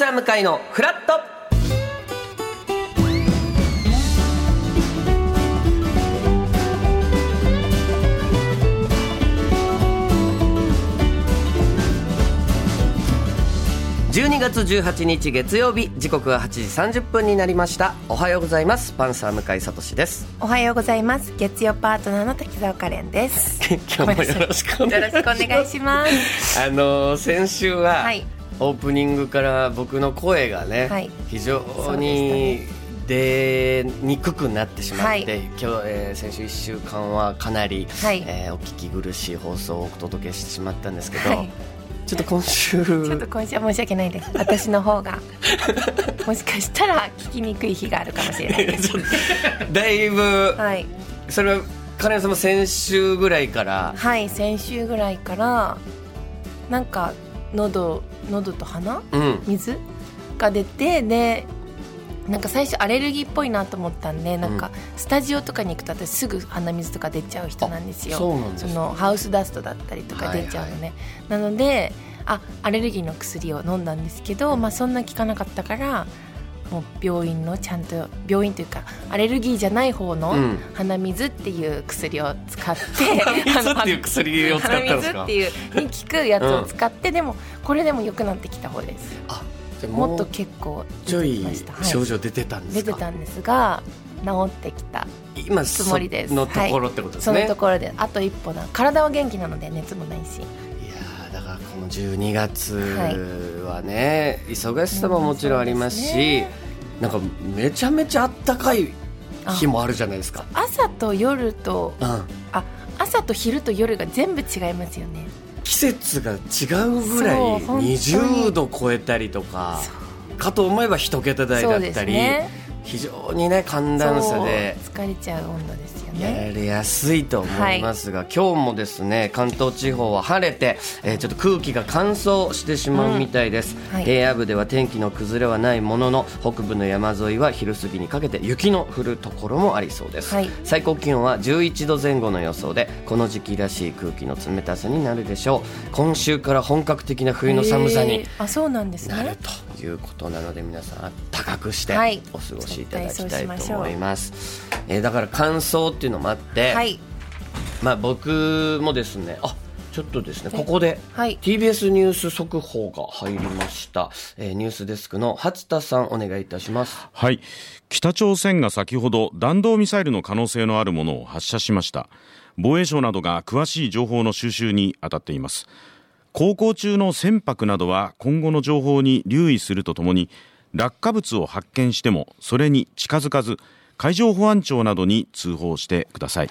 ラム会のフラット12月18日月曜日時刻は8時30分になりましたおはようございますパンサー向井聡ですおはようございます。月曜パートナーの滝沢カレンです。今日もよろしくお よ願ろいししくおます願いします。あのー先週は、はいオープニングから僕の声がね、はい非常そうにで出にくくなってしまって、は今日、えー先週1週間はかなり、はいえーお聞き苦しい放送をお届けしてしまったんですけど、はいちょっと今週ちょっと今週は申し訳ない です。私の方が。もしかしたら聞きにくい日があるかもしれ ないです。だいぶ、はい。それは金谷さんも先週ぐらいからはい、先週ぐらいから。なんか喉、喉と鼻、うん水が出て、で。なんか最初アレルギーっぽいなと思ったんでなんかスタジオとかに行くと私すぐ鼻水とか出ちゃう人なんですよ。そうなんですそのハウスダストだったりとか出ちゃうのね、なのであアレルギーの薬を飲んだんですけど、まあ、そんな効かなかったからもう病院のちゃんと病院というかアレルギーじゃない方うのん、鼻水っていう薬を使って、 鼻水あのっていう薬を使ったんですか鼻水っていうに効くやつを使って、でもこれでも良くなってきた方ですもっと結構ちょ出てきいましたはい症状出てたんです出か、てたんですが治ってきた今つもりでそすのところってことですそね、のところであと一歩だ体は元気なので熱もないしいやーだからこの12月はね、忙しさももちろんありますしそうですねなんかめちゃめちゃあったかい日もあるじゃないですか。朝と夜とうん、朝と昼と夜が全部違いますよね季節が違うぐらいそう本当に20度超えたりとかかと思えば一桁台だったり、非常にね寒暖差でそう疲れちゃう温度ですよねやられやすいと思いますが、今日もですね関東地方は晴れて、えーちょっと空気が乾燥してしまうみたいです、うんはい平野部では天気の崩れはないものの北部の山沿いは昼過ぎにかけて雪の降るところもありそうです、はい最高気温は11度前後の予想でこの時期らしい空気の冷たさになるでしょう今週から本格的な冬の寒さへにーあそうなんですなるねということなので皆さんあったかくしてはいお過ごしいただき絶た対そういしまとしょう思います、えーだから感想っていうのもあって、はいまあ、僕もですねあちょっとですねここではい TBS ニュース速報が入りました、えーニュースデスクの初田さんお願いいたしますはい北朝鮮が先ほど弾道ミサイルの可能性のあるものを発射しました防衛省などが詳しい情報の収集に当たっています航行中の船舶などは今後の情報に留意するとともに落下物を発見してもそれに近づかず海上保安庁などに通報してください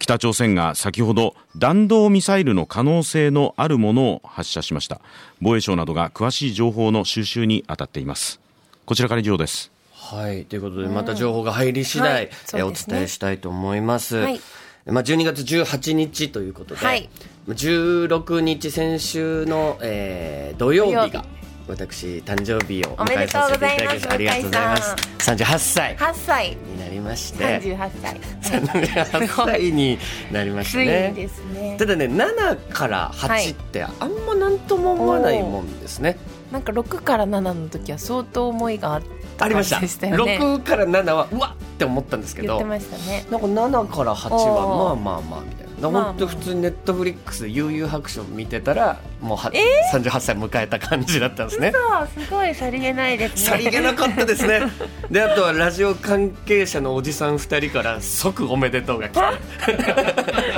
北朝鮮が先ほど弾道ミサイルの可能性のあるものを発射しました防衛省などが詳しい情報の収集に当たっていますこちらから以上ですはいということでまた情報が入り次第、はいえーそうですねお伝えしたいと思います、はいまあ、12月18日ということで、はい16日先週の、えー土曜土日曜が日私誕生日をお迎めえでとさうせごていただざいまきすありがとうございます38歳8歳になりまして38歳38歳になりましたついねにですねただね7から8ってあんまなんとも思わないもんですね、なんか6から7の時は相当思いがあったありました感じでしたよね6から7はうわっって思ったんですけ言っどてましたねなんか7から8はおーまあまあまあみたいな。まあまあ本当普通にネットフリックスで悠々白書見てたらもうは、38歳迎えた感じだったんですね。そうすごいさりげないですねさりげなかったですね。であとはラジオ関係者のおじさん2人から即おめでとうが来て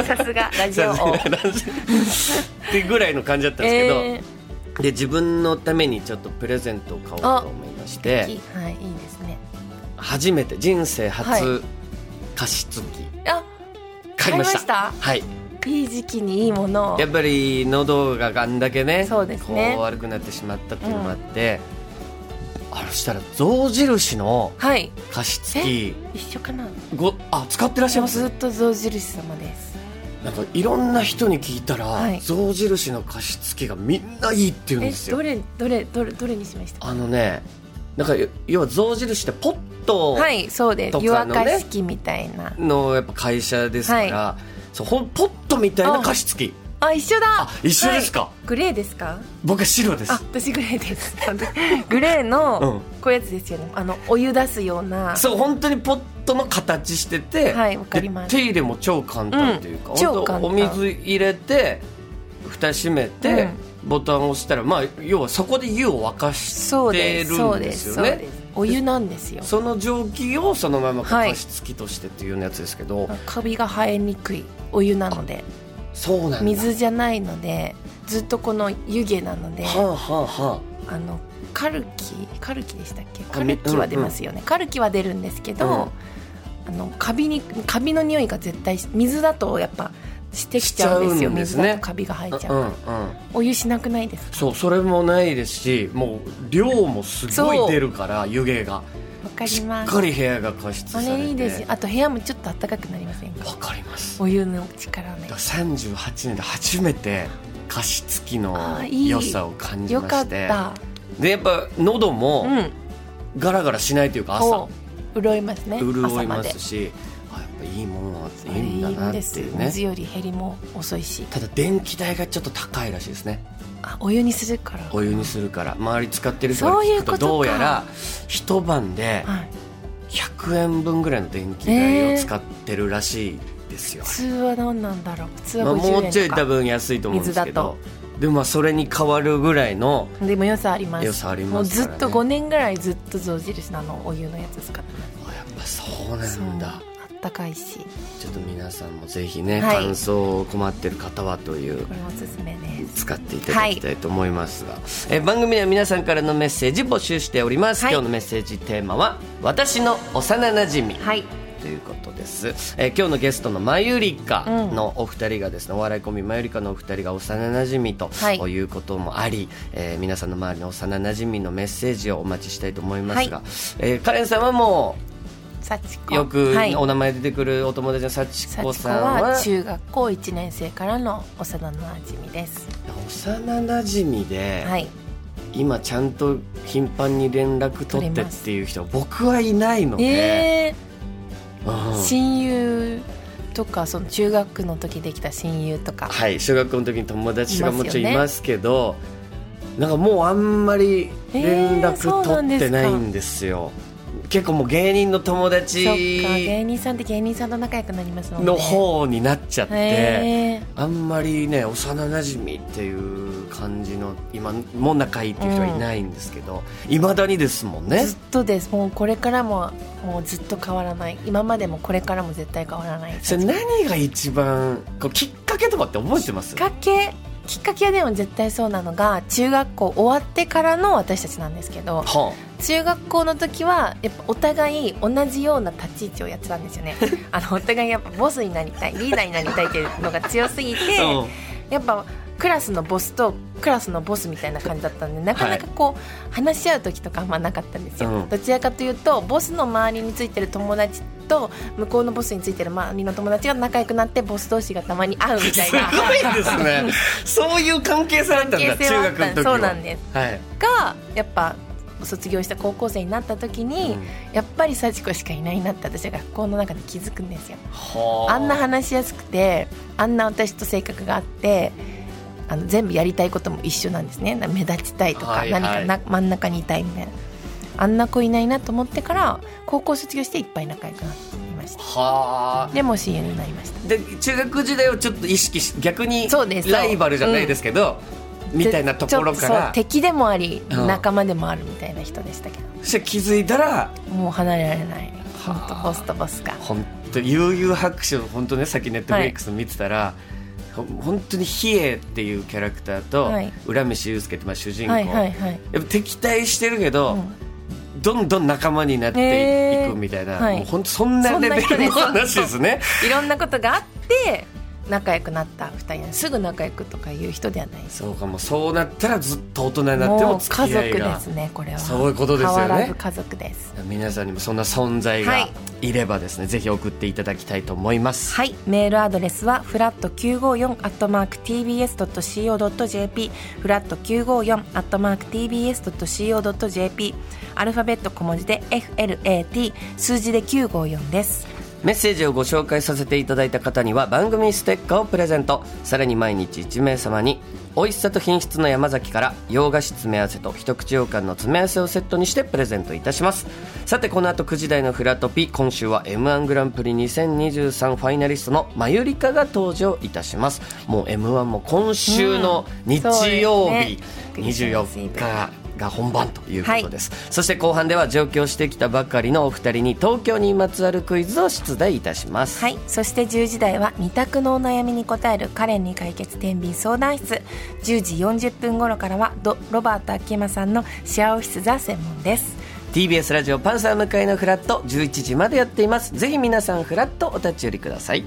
さすがラジオさ王すがだなってぐらいの感じだったんですけど、えで自分のためにちょっとプレゼントを買おうと思いましーてきはいいいですね初めて人生は初加湿器あ買いました。買いまはいいい時期にいいものをやっぱり喉があんだけねそうですねこう悪くなってしまったっていうのもあって、あそしたら象印のはい加湿器一緒かなごあ使ってらっしゃいまずすっと象印様ですなんかいろんな人に聞いたら、はい象印の加湿器がみんないいって言うんえですよどれどれどれどれにしましたあのねなんか要は象印ってポットはいそうです、と湯かの沸ねかし器みたいなのやっぱ会社ですから、そうほんポットみたいな加湿器あ一緒だあ一緒ですかはいグレーですか僕は白ですあ私グレーです グレーのこういうやつですよねあのお湯出すようなそう本当にポットの形してて、はいわかりますで手入れも超簡単というか、う本ん当超簡単お水入れて蓋閉めて、ボタンを押したらまあ要はそこで湯を沸かそしうてでるすそうんでですすよそうねですお湯なんですよその蒸気をそのままこうはい加湿器としてっていうようなやつですけど、カビが生えにくいお湯なのでそうなんだ水じゃないのでずっとこの湯気なのではあはあはあのカルキカルキでしたっけあカルキは出ますよね、カルキは出るんですけど、あのカビにカビの匂いが絶対し水だとやっぱしてきちゃうんですよしちゃうんです水ねだとカビが生えちゃう、あうんうんお湯しなくないですかそうそれもないですしもう量もすごそいう出るから湯気がわかりしまっすかり部屋が加湿さあれてれいいですよあと部屋もちょっと暖かくなりませんかわかりますお湯の力ねだから38年で初めて加湿器のあーいい良さを感じよまかしってたでやっぱ喉うもんガラガラしないというか朝お潤いますね潤朝いままですしあやっぱいいものはあいれいいんだいなんってですいうね水より減りも遅いしただ電気代がちょっと高いらしいですねあお湯にするからお湯にするから周り使ってる人がそうい聞うくこととかどうやら一晩ではい100円分ぐらいの電気代を使ってるらしいですよ、普通は何なんだろう普通まあ、は50円とか、もうちょい多分安いと思うんですけどでもまあそれに変わるぐらいのでも良さあります良さありもまうすかずら、っね、と5年ぐらいずっと象印のあのお湯のやつ使ってあやっぱそうまなすんだそうあったかいしちょっと皆さんもぜひね、はい感想を困ってる方はというこれおすすめです使っていただきたいと思いますが、え番組では皆さんからのメッセージ募集しております、はい今日のメッセージテーマは私の幼なじみはいということです、えー今日のゲストのマユリカのお二人がですね、お笑いコンビマユリカのお二人が幼なじみとはいいうこともあり、えー皆さんの周りの幼なじみのメッセージをお待ちしたいと思いますが、えーカレンさんはも幸う子よくはいお名前出てくるお友達の幸幸子子さんは,、は中学校1年生からの幼なじみです、幼なじみで、はい今ちゃんと頻繁に連絡取ってっていう人は僕はいないので、えうんー、親友とかその中学の時できた親友とかはい、小学校の時に友達がもちろんいいますよねますけどなんかもうあんまり連えーそ絡うな取んっですてかないんですよ、結構もう芸人の友そっか芸達人さんって芸人さんと仲良くなりますもんねの方になっちゃって、へーあんまりね幼なじみっていう感じの今も仲いいっていう人はいないんですけどいま、未だにですもんねずっとですもうこれからももうずっと変わらない今までもこれからも絶対変わらないそれ何が一番こうきっかけとかって覚えてますきっかけきっかけはでも絶対そうなのが中学校終わってからの私たちなんですけどは中学校の時はやっぱお互い同じような立ち位置をやってたんですよねあのお互いやっぱボスになりたいリーダーになりたいっていうのが強すぎてあ、うんやっぱクラスのボスとクラスのボスみたいな感じだったんでなかなかこう、話し合う時とかあんまなかったんですよ、うんどちらかというとボスの周りについてる友達と向こうのボスについてる周りの友達が仲良くなってボス同士がたまに会うみたいす なごいですねそういう関係性だったんだ関係性中はあ学ったの時はそうなんですはい、がやっぱ卒業した高校生になった時に、やっぱり幸子しかいないなって私は学校の中で気づくんですよはあんな話しやすくてあんな私と性格があってあの全部やりたいことも一緒なんですねな目立ちたいとか、はいはい何かな真ん中にいたいみたいなあんな子いないなと思ってから高校卒業していっぱい仲良くなっていましたはあでもう親友になりましたで中学時代をちょっと意識し逆にそうですそうライバルじゃないですけど、みたいなところかちょっとそらう敵でもありうん仲間でもあるみたいな人でしたけど、そして気づいたらもう離れられない本当はあボスとボスが本当悠々白書本当ねさっきネットフリックス見てたら、ほ本当に比叡っていうキャラクターと、はい浦飯祐介ってまあ主人公、はいはいはいやっぱ敵対してるけど、うんどんどん仲間になっていくみたいな、えーはいもう本当そんなレベルのそんな人です話ですね。いろんなことがあって仲良くなった二人すぐ仲良くとかいう人ではないですそうかもうそうなったらずっと大人になってもう付家き合い族がですねこれはそういうことですよね変わらず家族です皆さんにもそんな存在はがいいればですね、ぜひ送っていただきたいと思います。はいメールアドレスはフラット954アットマーク TBS.CO.JP フラット954アットマーク TBS.CO.JP アルファベット小文字で FLAT 数字で954ですメッセージをご紹介させていただいた方には番組ステッカーをプレゼントさらに毎日1名様に美味しさと品質の山崎から洋菓子詰め合わせと一口羊羹の詰め合わせをセットにしてプレゼントいたしますさてこの後9時台のフラトピ今週は m 1グランプリ2023ファイナリストのまゆりかが登場いたしますもう m 1も今週の日曜日うんそうですね24日が本番ということです、そして後半では上京してきたばかりのお二人に東京にまつわるクイズを出題いたします、はい、そして10時台は二択のお悩みに答えるカレンに解決天秤相談室10時40分頃からはドロバート秋山さんのシェアオフィスザ専門です TBS ラジオパンサー向かいのフラット11時までやっていますぜひ皆さんフラットお立ち寄りください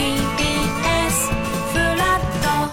TBS フラット